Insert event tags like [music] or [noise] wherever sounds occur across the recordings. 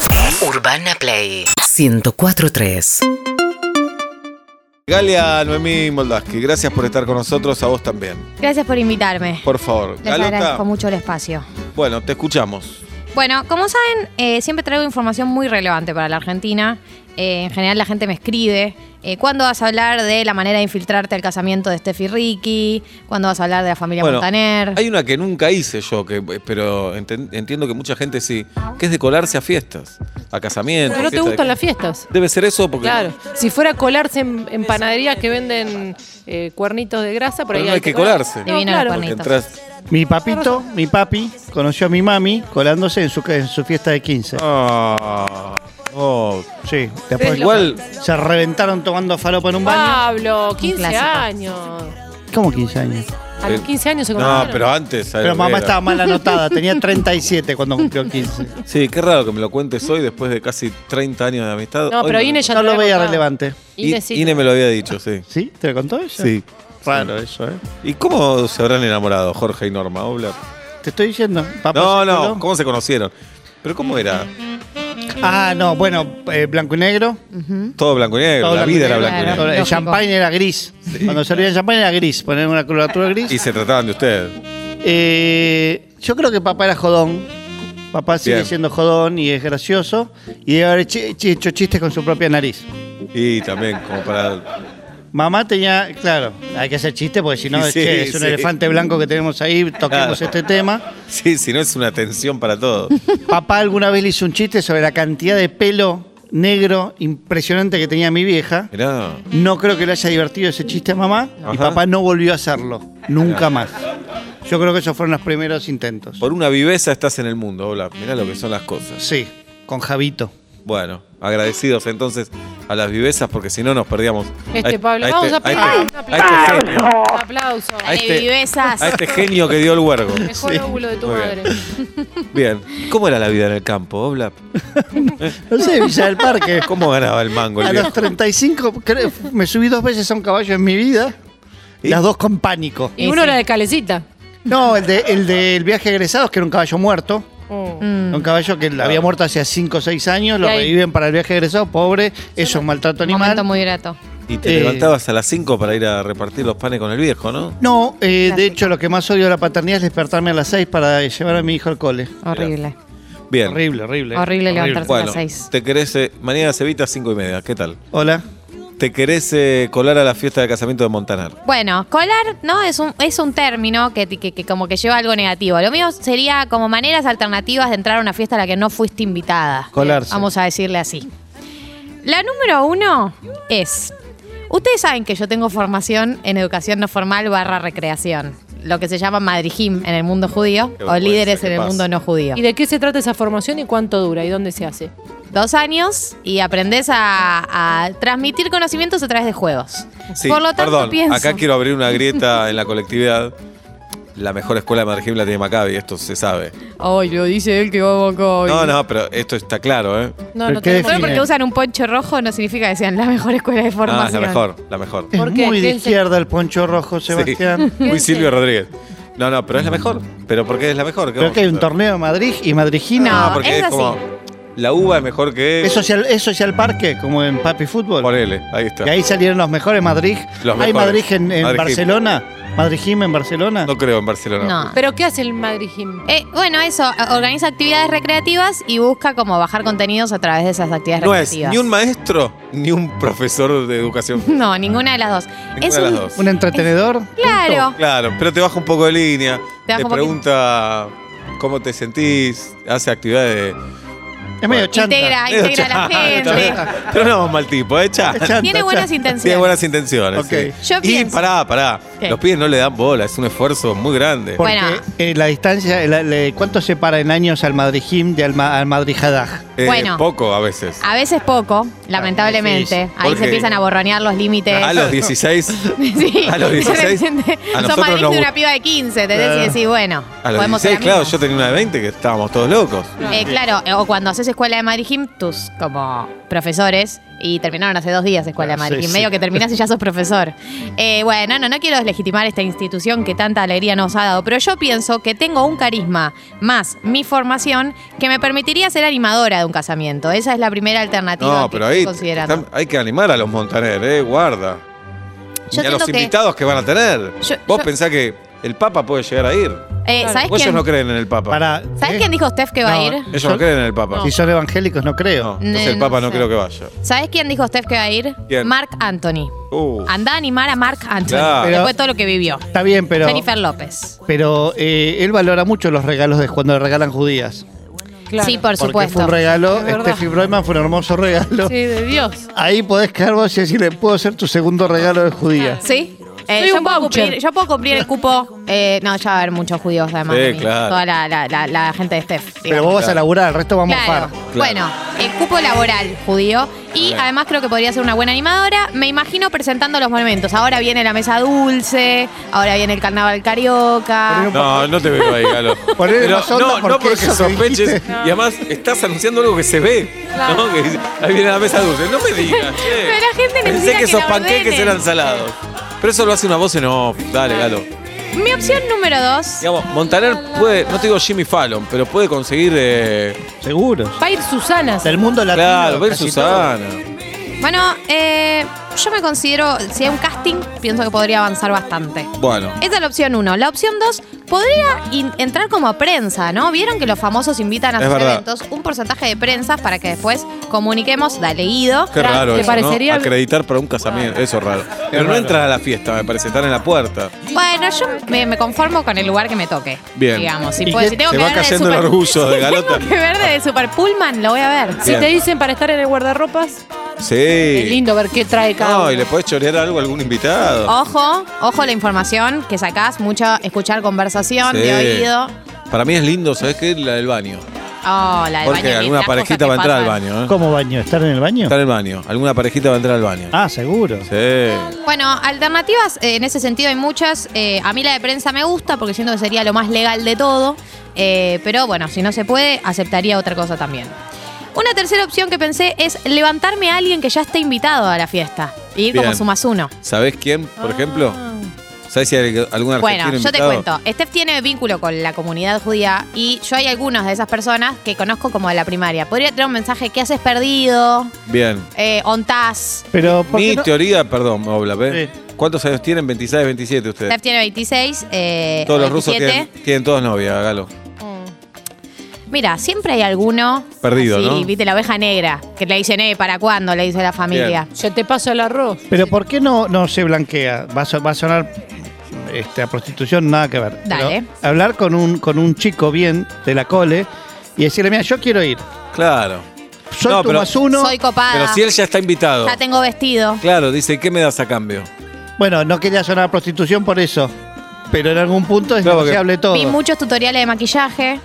Play. Urbana Play 1043. Galia Noemí Moldaski, gracias por estar con nosotros, a vos también. Gracias por invitarme. Por favor, Les Galota. agradezco mucho el espacio. Bueno, te escuchamos. Bueno, como saben, eh, siempre traigo información muy relevante para la Argentina. Eh, en general la gente me escribe. eh, ¿Cuándo vas a hablar de la manera de infiltrarte al casamiento de Steffi Ricky? ¿Cuándo vas a hablar de la familia Bueno, Montaner? hay una que nunca hice yo, que, pero enten- entiendo que mucha gente sí, que es de colarse a fiestas, a casamientos. Pero no te fiestas de- gustan las fiestas. Debe ser eso porque Claro. Si fuera a colarse en, en panaderías que venden eh, cuernitos de grasa, por Pero ahí no hay que colarse. No, Divino el claro. cuernito. entras. Mi papito, mi papi, conoció a mi mami colándose en su, en su fiesta de 15. Ah, oh. Sí, después Igual, se reventaron tomando falopa en un Ah. baño. Pablo, 15 clásico. años. ¿Cómo 15 años? A los 15 años se Eh, no, conocieron. pero antes. ¿sabes Pero lo que mamá era? estaba mal anotada, tenía 37 cuando cumplió 15. Sí, qué raro que me lo cuentes hoy después de casi 30 años de amistad. No, Hoy pero me- Ine [laughs] ya No te lo había veía contado. relevante. I- Ine sí. Ine me lo había dicho, sí. ¿Sí? ¿Te lo contó ella? Sí. Raro eso, ¿eh? ¿Y cómo se habrán enamorado Jorge y Norma Oblar? Te estoy diciendo. papá No, se no, coló. ¿cómo se conocieron? ¿Pero cómo era? Ah, no, bueno, eh, blanco y negro. Todo blanco y negro, Todo la blanco y vida era negro, blanco y claro. negro. El Lógico. champagne era gris. Cuando servían champagne era gris, poner una coloratura gris. Y se trataban de ustedes. Eh, yo creo que papá era jodón. Papá sigue Bien. siendo jodón y es gracioso. Y debe haber chi- chi- hecho chistes con su propia nariz. Y también, como para. Mamá tenía, claro, hay que hacer chistes porque si no Y es, sí, que es un sí. Ah. elefante blanco que tenemos ahí, toquemos Claro. este tema. Sí, si no es una tensión para todos. Papá alguna vez le hizo un chiste sobre la cantidad de pelo negro impresionante que tenía mi vieja. Mirá. No creo que le haya divertido ese chiste a mamá y Ajá. papá no volvió a hacerlo, nunca más. Yo creo que esos fueron los primeros intentos. Por una viveza estás en el mundo, Oblar. Mirá lo que son las cosas. Sí, con Javito. Bueno, agradecidos entonces a las vivezas porque si no nos perdíamos. Este a este- Pablo, a este- vamos a a este- aplaudir. a este genio. Un aplauso. Ay, Dale, este- vivezas. A este genio que dio el huergo. Mejor óvulo de tu Muy madre. bien. Bien. ¿Cómo era la vida en el campo, Obla? No sé, Villa del Parque. [laughs] ¿Cómo ganaba el mango el A viejo? los 35 creo, me subí dos veces a un caballo en mi vida, las dos con pánico. Y uno era de calecita. No, el del de, el del viaje a egresados, que era un caballo muerto. Mm. Un caballo que había muerto hace 5 o 6 años, lo Y ahí- reviven para el viaje de egresados, pobre, eso es maltrato animal. Momento muy grato. Y te Eh. levantabas a las 5 para ir a repartir los panes con el viejo, ¿no? No, eh, de hecho lo que más odio de la paternidad es despertarme a las 6 para llevar a mi hijo al cole. Horrible. Bien. Horrible, horrible. Horrible levantarse a eh, Bueno, las seis. te querés. eh, mañana se evita 5 y media, ¿qué tal? Hola. Te querés eh, colar a la fiesta de casamiento de Montanar. Bueno, colar, ¿no? Es un, es un término que, que- que como que lleva algo negativo. Lo mío sería como maneras alternativas de entrar a una fiesta a la que no fuiste invitada. Colarse. Vamos a decirle así. La número uno es. Ustedes saben que yo tengo formación en educación no formal barra recreación, lo que se llama madrijim en el mundo judío Qué o vergüenza, líderes en qué el pasa. mundo no judío. ¿Y de qué se trata esa formación y cuánto dura y dónde se hace? Dos años y aprendes a, a transmitir conocimientos a través de juegos. Sí, Por lo tanto, perdón, pienso. acá quiero abrir una grieta [laughs] en la colectividad. La mejor escuela de Margim la tiene Maccabi, esto se sabe. Ay, lo dice él que va a No, no, pero esto está claro, ¿eh? No, ¿Pero no Solo tenemos qué define? idea. porque usan un poncho rojo no significa que sean la mejor escuela Ah, de es la formación. mejor, la mejor. Es ¿Por qué? muy de ¿Quién se- izquierda el poncho [laughs] rojo, [laughs] Sebastián. Muy Silvio Rodríguez. No, no, pero es la mejor. ¿Pero por qué es la mejor? ¿Qué Creo vamos que a hay un hacer? Ah, torneo en Madrid y No. Madrijina. porque es es, como. así. La uva es mejor que. Eso hacia el- Eso hacia el parque, como en Papi Fútbol. Ponele, ahí está. Y ahí salieron los mejores Madrid. Los mejores. ¿Hay Madrid en, en Madrid. Barcelona? ¿Madrid Jim en Barcelona? No creo en Barcelona. No. ¿Pero qué hace el Madrid Gym? Eh, bueno, eso, organiza actividades recreativas y busca como bajar contenidos a través de esas actividades No es recreativas. ni un maestro ni un profesor de [laughs] educación. No, ninguna de las dos. Ninguna es de las un- dos. ¿Un entretenedor? Claro. Claro, pero te baja un poco de línea. Te Te, baja un poquito. pregunta cómo te sentís, hace actividades. de- Es medio chanta. Integra, Medio Ah, integra a la chanta, gente. también. Pero no es mal tipo, ¿eh? [laughs] Es Chanta. chanta, Tiene buenas chanta. intenciones. Tiene buenas intenciones. Ok. sí. Yo y pienso- pará, pará. ¿Qué? Los pies no le dan bola, es un esfuerzo muy grande. Porque Bueno. eh, la distancia, la- la- ¿cuánto separa en años al Madrid Jim de al, Ma- al Madrid Haddad? Eh, bueno. Poco a veces. A veces poco, Ah, lamentablemente. difícil. Ahí Porque- se empiezan a borronear los límites. A los 16. [laughs] Sí, a los de 16, repente a nosotros Son Madrid nos de gust- una piba de 15, te decís, Claro. y decís, bueno, A los 16, podemos ser claro, amigos. yo tenía una de 20 que estábamos todos locos. Eh, claro, eh, o cuando cuando haces escuela de Mary Jim, tus como profesores, y terminaron hace dos días escuela de Ah, Mary sí, Jim, sí. medio que terminás y ya [laughs] sos profesor. Eh, bueno, no, no quiero deslegitimar esta institución que tanta alegría nos ha dado, pero yo pienso que tengo un carisma más mi formación que me permitiría ser animadora de un casamiento. Esa es la primera alternativa No, que pero estoy ahí considerando. están- hay que animar a los Montaner, eh, guarda. Yo y a los siento que- invitados que van a tener. Yo- Vos yo- pensás que el Papa puede llegar a ir. Eh, ¿sabés, Vos ellos quién, no creen en el Papa. Para, ¿sabés quién dijo Steph que va a No, ir? Ellos no creen en el Papa. Si son evangélicos, no creo. No, entonces Ne- el Papa no no, sé. creo que vaya. ¿Sabés quién dijo Steph que va a ir? ¿Quién? Mark Anthony. Uh, Anda a animar a Mark Anthony. Claro. Después de todo lo que vivió. Está bien, pero. Jennifer López. Pero eh, él valora mucho los regalos de cuando le regalan judías. Claro. Sí, por Porque supuesto. fue un regalo, Es verdad. Steffi Broyman fue un hermoso regalo. Sí, de Dios. Ahí podés quedar vos y decirle, puedo ser tu segundo regalo de judía. ¿Sí? Eh, Soy yo, un puedo voucher. cumplir, yo puedo cumplir el cupo. eh, no, ya va a haber muchos judíos además. Sí, de mí. claro. Toda la, la- la- la gente de Steph. Pero digamos. vos vas a laburar, el resto vamos a Claro. morfar. Bueno, el cupo laboral judío. Y Claro. además creo que podría ser una buena animadora. Me imagino presentando los momentos. Ahora viene la mesa dulce, ahora viene el carnaval carioca. no, no te veo ahí, [laughs] Galo. Ponele más onda no, no porque porque eso que sospeches. dijiste. Y además estás anunciando algo que se ve. ¿no? Que dice, ahí viene la mesa dulce. No me digas. che. Pero la gente necesita Pensé que que esos la panqueques ordenen. eran salados. Pero eso lo hace una voz en off. Dale, Galo. Mi opción número dos Digamos, Montaner puede, no te digo Jimmy Fallon, pero puede conseguir. eh, Seguros. Va a ir Susana. Del mundo latino. claro, ver casi Susana. Bueno, eh, yo me considero, si hay un casting, pienso que podría avanzar bastante. Bueno. Esa es la opción uno. La opción dos, podría in- entrar como prensa, ¿no? Vieron que los famosos invitan a Es sus verdad. eventos un porcentaje de prensa para que después comuniquemos, da leído. Qué raro ¿Te eso, parecería- ¿no? Acreditar para un casamiento, eso es raro. Pero no entrar a la fiesta, me parece, estar en la puerta. Bueno, yo me, me conformo con el lugar que me toque. Bien. Digamos, si, ¿Y puedo- qué- si tengo se que va ver de cayendo el super- orgullo de [laughs] si Galota. tengo que ver de Super Pullman, lo voy a ver. Si Bien. te dicen para estar en el guardarropas, es Sí. lindo ver qué trae cada No, uno. y le podés chorear algo a algún invitado. Ojo, ojo la información que sacás, mucha escuchar conversación Sí. de oído. Para mí es lindo, ¿sabes qué? La del baño. Oh, la del baño, Porque que alguna las cosas parejita que va a entrar al pasan. baño, ¿eh? ¿Cómo baño? ¿Estar en el baño? Está en el baño. Alguna parejita va a entrar al baño. Ah, seguro. Sí. Bueno, alternativas eh, en ese sentido hay muchas. Eh, a mí la de prensa me gusta porque siento que sería lo más legal de todo. Eh, pero bueno, si no se puede, aceptaría otra cosa también. Una tercera opción que pensé es levantarme a alguien que ya esté invitado a la fiesta. Y ir como Bien. sumas uno. ¿Sabés quién, por ejemplo? ¿Sabés si hay algún argentino Ah. Bueno, yo te invitado? cuento. Steph tiene vínculo con la comunidad judía y yo hay algunos de esas personas que conozco como de la primaria. Podría tener un mensaje que haces perdido, Bien. eh, ontás. Pero, ¿por Mi qué no? teoría, perdón, Obla, ¿eh? Sí. ¿Cuántos años tienen? 26, 27 ustedes. Steph tiene 26. eh, Todos los rusos 27. tienen, tienen todos novia, Galo. Mira, siempre hay alguno. Perdido, así, ¿no? viste, la oveja negra, que le dicen, eh, ¿para cuándo? Le dice la familia. Yo te paso el arroz. Pero ¿por qué no, no se blanquea? Va a, so- va a sonar este, a prostitución, nada que ver. Pero Dale. hablar con un, con un chico bien de la cole y decirle, mira, yo quiero ir. Claro. Soy No, tu pero- más uno. Soy copada. Pero si él ya está invitado. Ah. Ya tengo vestido. Claro, dice, ¿qué me das a cambio? Bueno, no quería sonar a prostitución por eso. Pero en algún punto es Claro, porque- negociable todo. Vi muchos tutoriales de maquillaje.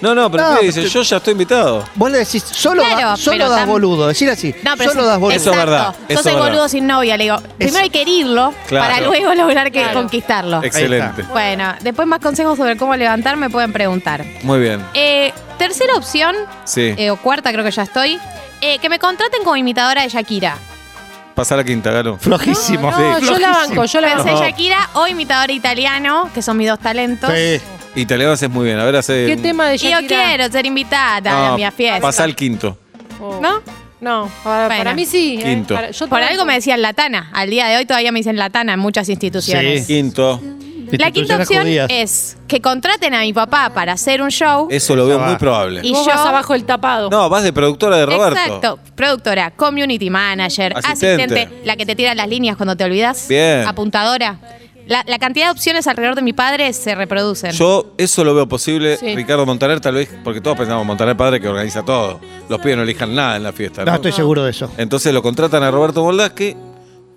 No, no, pero No, ¿qué dice, pero- yo ya estoy invitado. Vos le decís, solo, Claro, da- solo pero das tam- boludo. Decir así, No, pero solo sí, das boludo. Eso es verdad, Yo eso soy es verdad. boludo sin novia, le digo. Primero hay que herirlo Claro. para luego lograr que conquistarlo. Excelente. Bueno, después más consejos sobre cómo levantar me pueden preguntar. Muy bien. Eh, tercera opción, Sí. eh, o cuarta creo que ya estoy, eh, que me contraten como imitadora de Shakira. Pasar a quinta, Galo. Flojísimo. No, yo la banco, yo la Pensé banco. Shakira o imitador italiano, que son mis dos talentos. Sí. Y te levantas muy bien. A ver, hace. ¿Qué tema de Y yo Shakira? quiero ser invitada a No, mi fiesta. Pasá al quinto. Oh. ¿No? No, para, Bueno. para mí sí. eh. Quinto. Para- yo te Por banco. algo me decían latana. Al día de hoy todavía me dicen latana en muchas instituciones. Sí. Quinto. La quinta Instituciones opción judías. es que contraten a mi papá para hacer un show. Eso lo veo va. muy probable. Y Vos yo- vas abajo el tapado. No, vas de productora de Roberto. Exacto. Productora, community manager, asistente. Asistente. la que te tira las líneas cuando te olvidas. Bien. Apuntadora. La, la cantidad de opciones alrededor de mi padre se reproducen. Yo eso lo veo posible, Sí. Ricardo Montaner, tal vez, porque todos pensamos Montaner padre que organiza todo. Los pibes no elijan nada en la fiesta. No, ¿no? estoy seguro de eso. Entonces lo contratan a Roberto Moldasque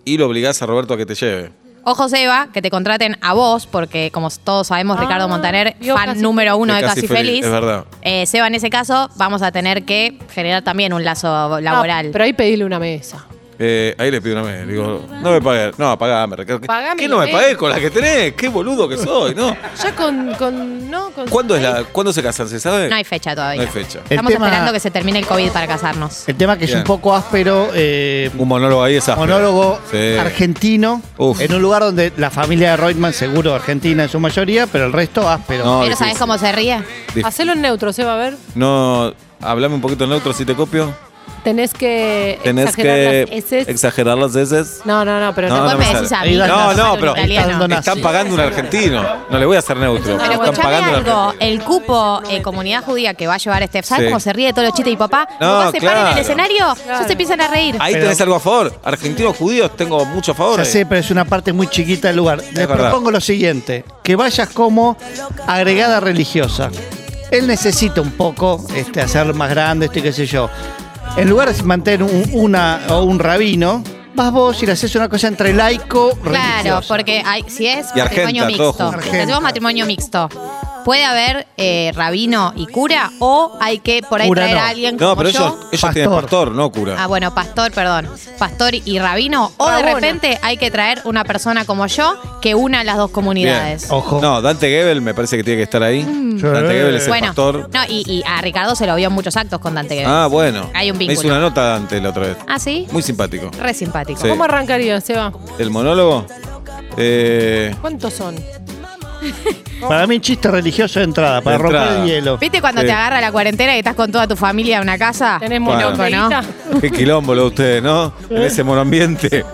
y lo obligás a Roberto a que te lleve. O Joseba, que te contraten a vos, porque como todos sabemos, Ricardo Montaner, vio fan Ah, Casi número uno de Es Casi, Feliz. Es verdad. Eh, Seba, en ese caso, vamos a tener que generar también un lazo Ah, laboral. pero ahí pedirle una mesa. Eh, ahí le pido una vez, digo, no me pagues, no, pagame, Ricardo. ¿Qué- Pagame ¿Qué no me lo pagues menos. con la que tenés? Qué boludo que soy, ¿no? Ya con. con no, con ¿Cuándo, es la, ¿cuándo se casan? ¿Se sabe? No hay fecha todavía. No hay fecha. El Estamos tema- esperando que se termine el COVID para casarnos. El tema que es Bien. un poco áspero, eh, Un monólogo ahí, esa. monólogo Sí. argentino, Uf. en un lugar donde la familia de Reutemann, seguro argentina en su mayoría, pero el resto áspero. No, Pero ¿sabés difícil. cómo se ríe? Dif- Hacelo en neutro, se va a ver. No, hablame un poquito en neutro si te copio. Tenés que. Tenés exagerar que las eses. exagerar las heces. No, no, no, pero No, no. Vos no me me decís sale. a mí, Ahí que No, soy no, un pero- italiano. Estás Están pagando un argentino. No le voy a hacer neutro. Pero Están escuchame pagando un algo, argentino. el cupo eh, comunidad judía que va a llevar este, ¿sabes Sí. cómo se ríe de todos los chistes y papá? No, Cuando se paran en el claro. escenario, ya se empiezan a reír. Ahí Pero- tenés algo a favor. Argentinos judíos tengo mucho a favor. Ya ahí. sé, pero es una parte muy chiquita del lugar. Les verdad. propongo lo siguiente: que vayas como agregada religiosa. Él necesita un poco este, hacer más grande, esto y qué sé yo. En lugar de mantener un, una o un rabino, vas vos y le haces una cosa entre laico religioso. Claro, porque hay- si es Y matrimonio Argenta, todo mixto, junto. Argenta. si hacemos matrimonio mixto, puede haber eh, rabino y cura o hay que por ahí Cura traer no. a alguien No, como pero yo. ellos, ellos tienen Pastor. pastor, no cura. Ah, bueno, pastor, perdón. Pastor y rabino. O de Rabona. repente hay que traer una persona como yo que una las dos comunidades. Bien. Ojo. eh, No, Dante Gebel me parece que tiene que estar ahí. Dante Gebel es el Mm. Bueno, pastor. no, y, y a Ricardo se lo vio en muchos actos con Dante Guevara. Ah, bueno. Hay un Me hizo vínculo. una nota Dante la otra vez. Ah, sí. Muy simpático. Re simpático. Sí. ¿Cómo arrancaría, Seba? ¿El monólogo? Eh, ¿Cuántos son? Para mí, chiste religioso de entrada, para De romper entrada. el hielo. ¿Viste cuando Sí. te agarra la cuarentena y estás con toda tu familia en una casa? Tenés Bueno. muy Ah, Loco, ¿no? qué quilombo lo de ustedes, ¿no? En ese [laughs] monoambiente.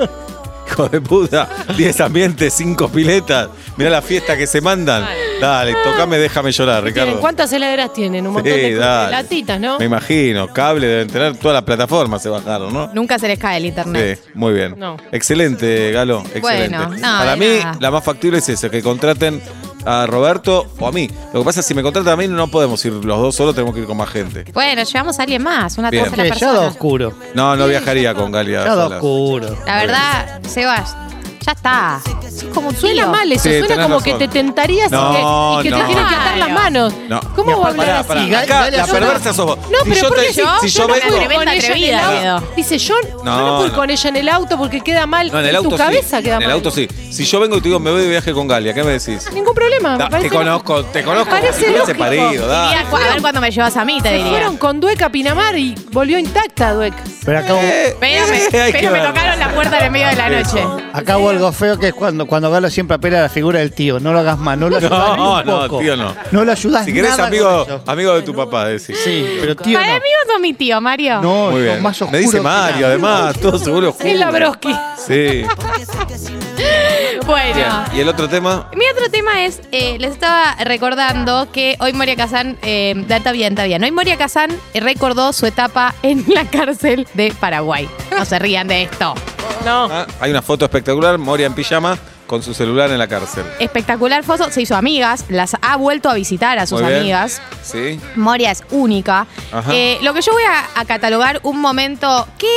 Hijo de puta. 10 ambientes, 5 piletas. Mirá la fiesta que se mandan. Dale, tocame, déjame llorar, Ricardo. ¿Cuántas heladeras tienen? Un montón Sí, de dale. latitas, ¿no? Me imagino. Cable deben tener. Todas las plataformas se bajaron, ¿no? Nunca se les cae el Sí, internet. muy bien. No. Excelente, Galo. Excelente. Bueno, no, Para de mí, nada. la más factible es eso, que contraten a Roberto o a mí. Lo que pasa es que si me contratan a mí no podemos ir los dos solos, tenemos que ir con más gente. Bueno, llevamos a alguien más, una Bien. tercera Eh, ya da persona. oscuro. No, no viajaría con Galia. Ya da sola. oscuro. La verdad, Sebas, ya está. Es como un Suena tío. mal eso, Sí, suena tenés como razón. que te tentarías y No, que- y que, no. te tienen que atar las manos. No. ¿Cómo va a hablar Pará, así? pará. Gal- Acá, Galia la es una- perversa sos vos. No, Si pero yo porque te- yo, si yo yo no vengo- puedo ir con Tremenda ella en el atrevida, auto. Guido. Dice, yo yo no, No, puedo ir no. con ella en el auto porque queda mal. No, en el en auto tu sí. cabeza queda En el mal. auto sí. Si yo vengo y te digo, me voy de viaje con Galia, ¿qué me decís? Ningún problema. me Da, te parece- conozco, te conozco. parece como si fuese lógico. parido, da. Diría, "Cu- a ver cuándo me llevas a mí, te Se diría. fueron con Dueca a Pinamar y volvió intacta Dueca. Pero acá, Eh, [laughs] Pero me, eh, hay que pero me ver. tocaron la puerta en el medio de la noche. acá hubo algo feo que es cuando, cuando Galo siempre apela a la figura del tío. No lo hagas más, no lo ayudas ni un no, poco. tío, no. No lo ayudas Si querés, nada amigo, con eso. amigo de tu papá, decís. Sí, pero tío Para no. mí vos sos mi tío, Mario. No, Muy yo bien. más oscuro Me dice que Mario, nada. además, todo seguro [laughs] Es la broski. Sí. Bueno. Bien. ¿Y el otro tema? Mi otro tema es, eh, les estaba recordando que hoy Moria Kazan, eh, da- está bien, está bien, hoy Moria Kazan eh, recordó su etapa en [laughs] la cárcel de Paraguay. No se rían de esto. No. Ah, hay una foto espectacular, Moria en pijama, con su celular en la cárcel. Espectacular foto, se hizo amigas, las ha vuelto a visitar a sus Muy bien. amigas. Sí. Moria es única. Ajá. Eh, lo que yo voy a, a catalogar un momento que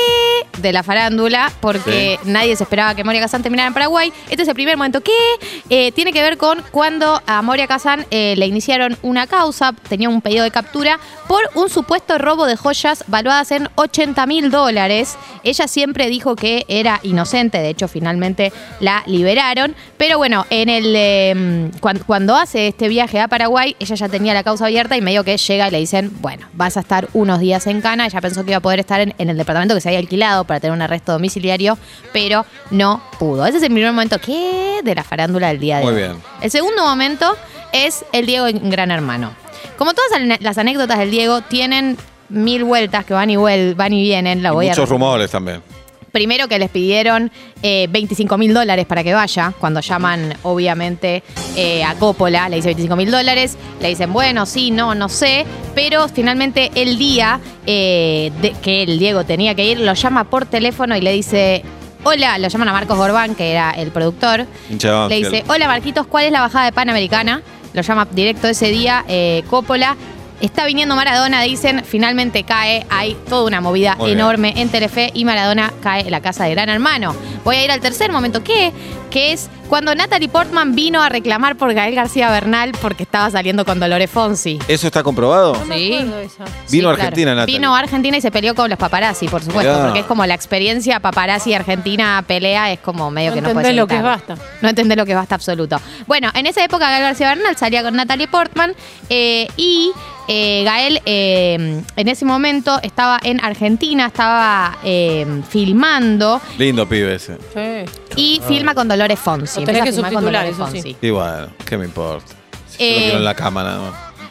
de la farándula, porque nadie se esperaba que Moria Kazan terminara en Paraguay. Este es el primer momento que eh, tiene que ver con cuando a Moria Kazan eh, le iniciaron una causa, tenía un pedido de captura por un supuesto robo de joyas valuadas en 80 mil dólares. Ella siempre dijo que era inocente, de hecho finalmente la liberaron. Pero bueno, en el eh, cuan- cuando hace este viaje a Paraguay, ella ya tenía la causa abierta y medio que llega y le dicen, bueno, vas a estar unos días en Cana. Ella pensó que iba a poder estar en, en el departamento que se había alquilado para tener un arresto domiciliario, pero no pudo. Ese es el primer momento que de la farándula del día de Muy hoy. bien. El segundo momento es el Diego en Gran Hermano. Como todas ane- las anécdotas del Diego tienen mil vueltas que van y vuel- van y vienen, la Y voy a muchos rumores también. Primero que les pidieron 25 mil dólares para que vaya, cuando llaman obviamente eh, a Coppola, le dice 25 mil dólares, le dicen, bueno, sí, no, no sé, pero finalmente el día eh, de- que el Diego tenía que ir, lo llama por teléfono y le dice, hola, lo llaman a Marcos Gorbán, que era el productor, Hincha de le Banfield. dice, hola Marquitos, ¿cuál es la bajada de Panamericana? Lo llama directo ese día eh, Coppola. Está viniendo Maradona, dicen, finalmente cae, hay toda una movida Muy bien. enorme en Telefe y Maradona cae en la casa de Gran Hermano. Voy a ir al tercer momento, ¿qué? Que es cuando Natalie Portman vino a reclamar por Gael García Bernal porque estaba saliendo con Dolores Fonsi. ¿Eso está comprobado? No me Sí. acuerdo esa. Sí, Vino a claro. Argentina, Natalie. Vino a Argentina y se peleó con los paparazzi, por supuesto, Mirá. porque es como la experiencia paparazzi Argentina pelea es como medio No que no puedes entendés lo que evitar. es basta. No entendés lo que es basta absoluto. Bueno, en esa época Gael García Bernal salía con Natalie Portman eh, y eh, Gael eh, en ese momento estaba en Argentina, estaba eh, filmando Lindo pibe ese. Sí. y filma con Dolores Fonsi. Lo Ah. tenés Empieza a que filmar con subtitular, Dolores eso Fonsi. sí. Y bueno, ¿qué me importa? Si yo Eh. lo quiero en la cama nada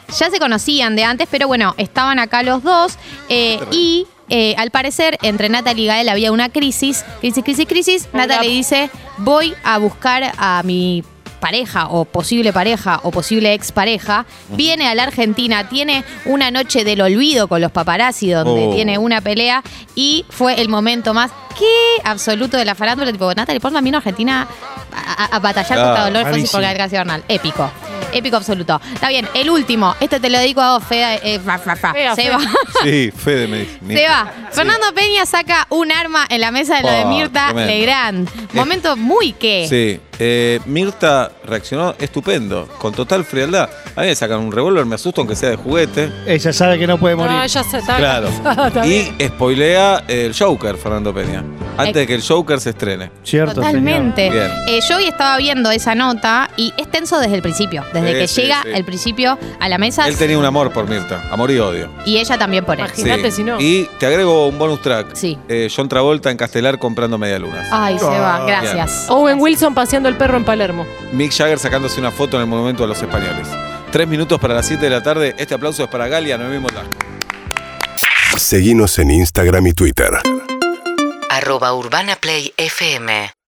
más. Ya se conocían de antes, pero bueno, estaban acá los dos. eh, y eh, al parecer, entre Natalie y Gael había una crisis. Crisis, crisis, crisis. Hola. Natalie dice, voy a buscar a mi pareja o posible pareja o posible expareja. Viene a la Argentina, tiene una noche del olvido con los paparazzi donde Oh. tiene una pelea y fue el momento más que absoluto de la farándula. Tipo, Natalie Portman vino a Argentina a, a- a batallar Claro, contra Dolores Fonsi por rarísimo. Gael García Bernal. Épico. Épico absoluto. Está bien, el último. Este te lo dedico a vos, Fea. eh, fra, fra, fra. Fea, Se Fea. va. [laughs] Sí, [laughs] Fede me dice. Se va. Sí. Fernando Peña saca un arma en la mesa de lo de Oh, Mirta tremendo. Legrand. Momento muy que. Sí, eh, Mirta reaccionó estupendo, con total frialdad. A mí me sacan un revólver, me asusto aunque sea de juguete. Ella sabe que no puede morir. Ah, ya se [laughs] está. Claro. cansada también. Y spoilea el Joker, Fernando Peña, antes de que el Joker se estrene. Cierto, señor. Totalmente. señor. Eh, yo hoy estaba viendo esa nota y es tenso desde el principio. Desde Sí, que sí, llega sí. el principio a la mesa Él tenía un amor por Mirta, amor y odio. y ella también por él. Imagínate. Fíjate si no. Y te agrego un bonus track. Sí. Eh, John Travolta en Castelar comprando medialunas. Ay, se va. Ah, Gracias. Owen Wilson paseando el perro en Palermo. Mick Jagger sacándose una foto en el Monumento a los Españoles. Tres minutos para las 7 de la tarde. Este aplauso es para Galia, nos vemos la. Seguinos en Instagram y Twitter. Arroba Urbana Play FM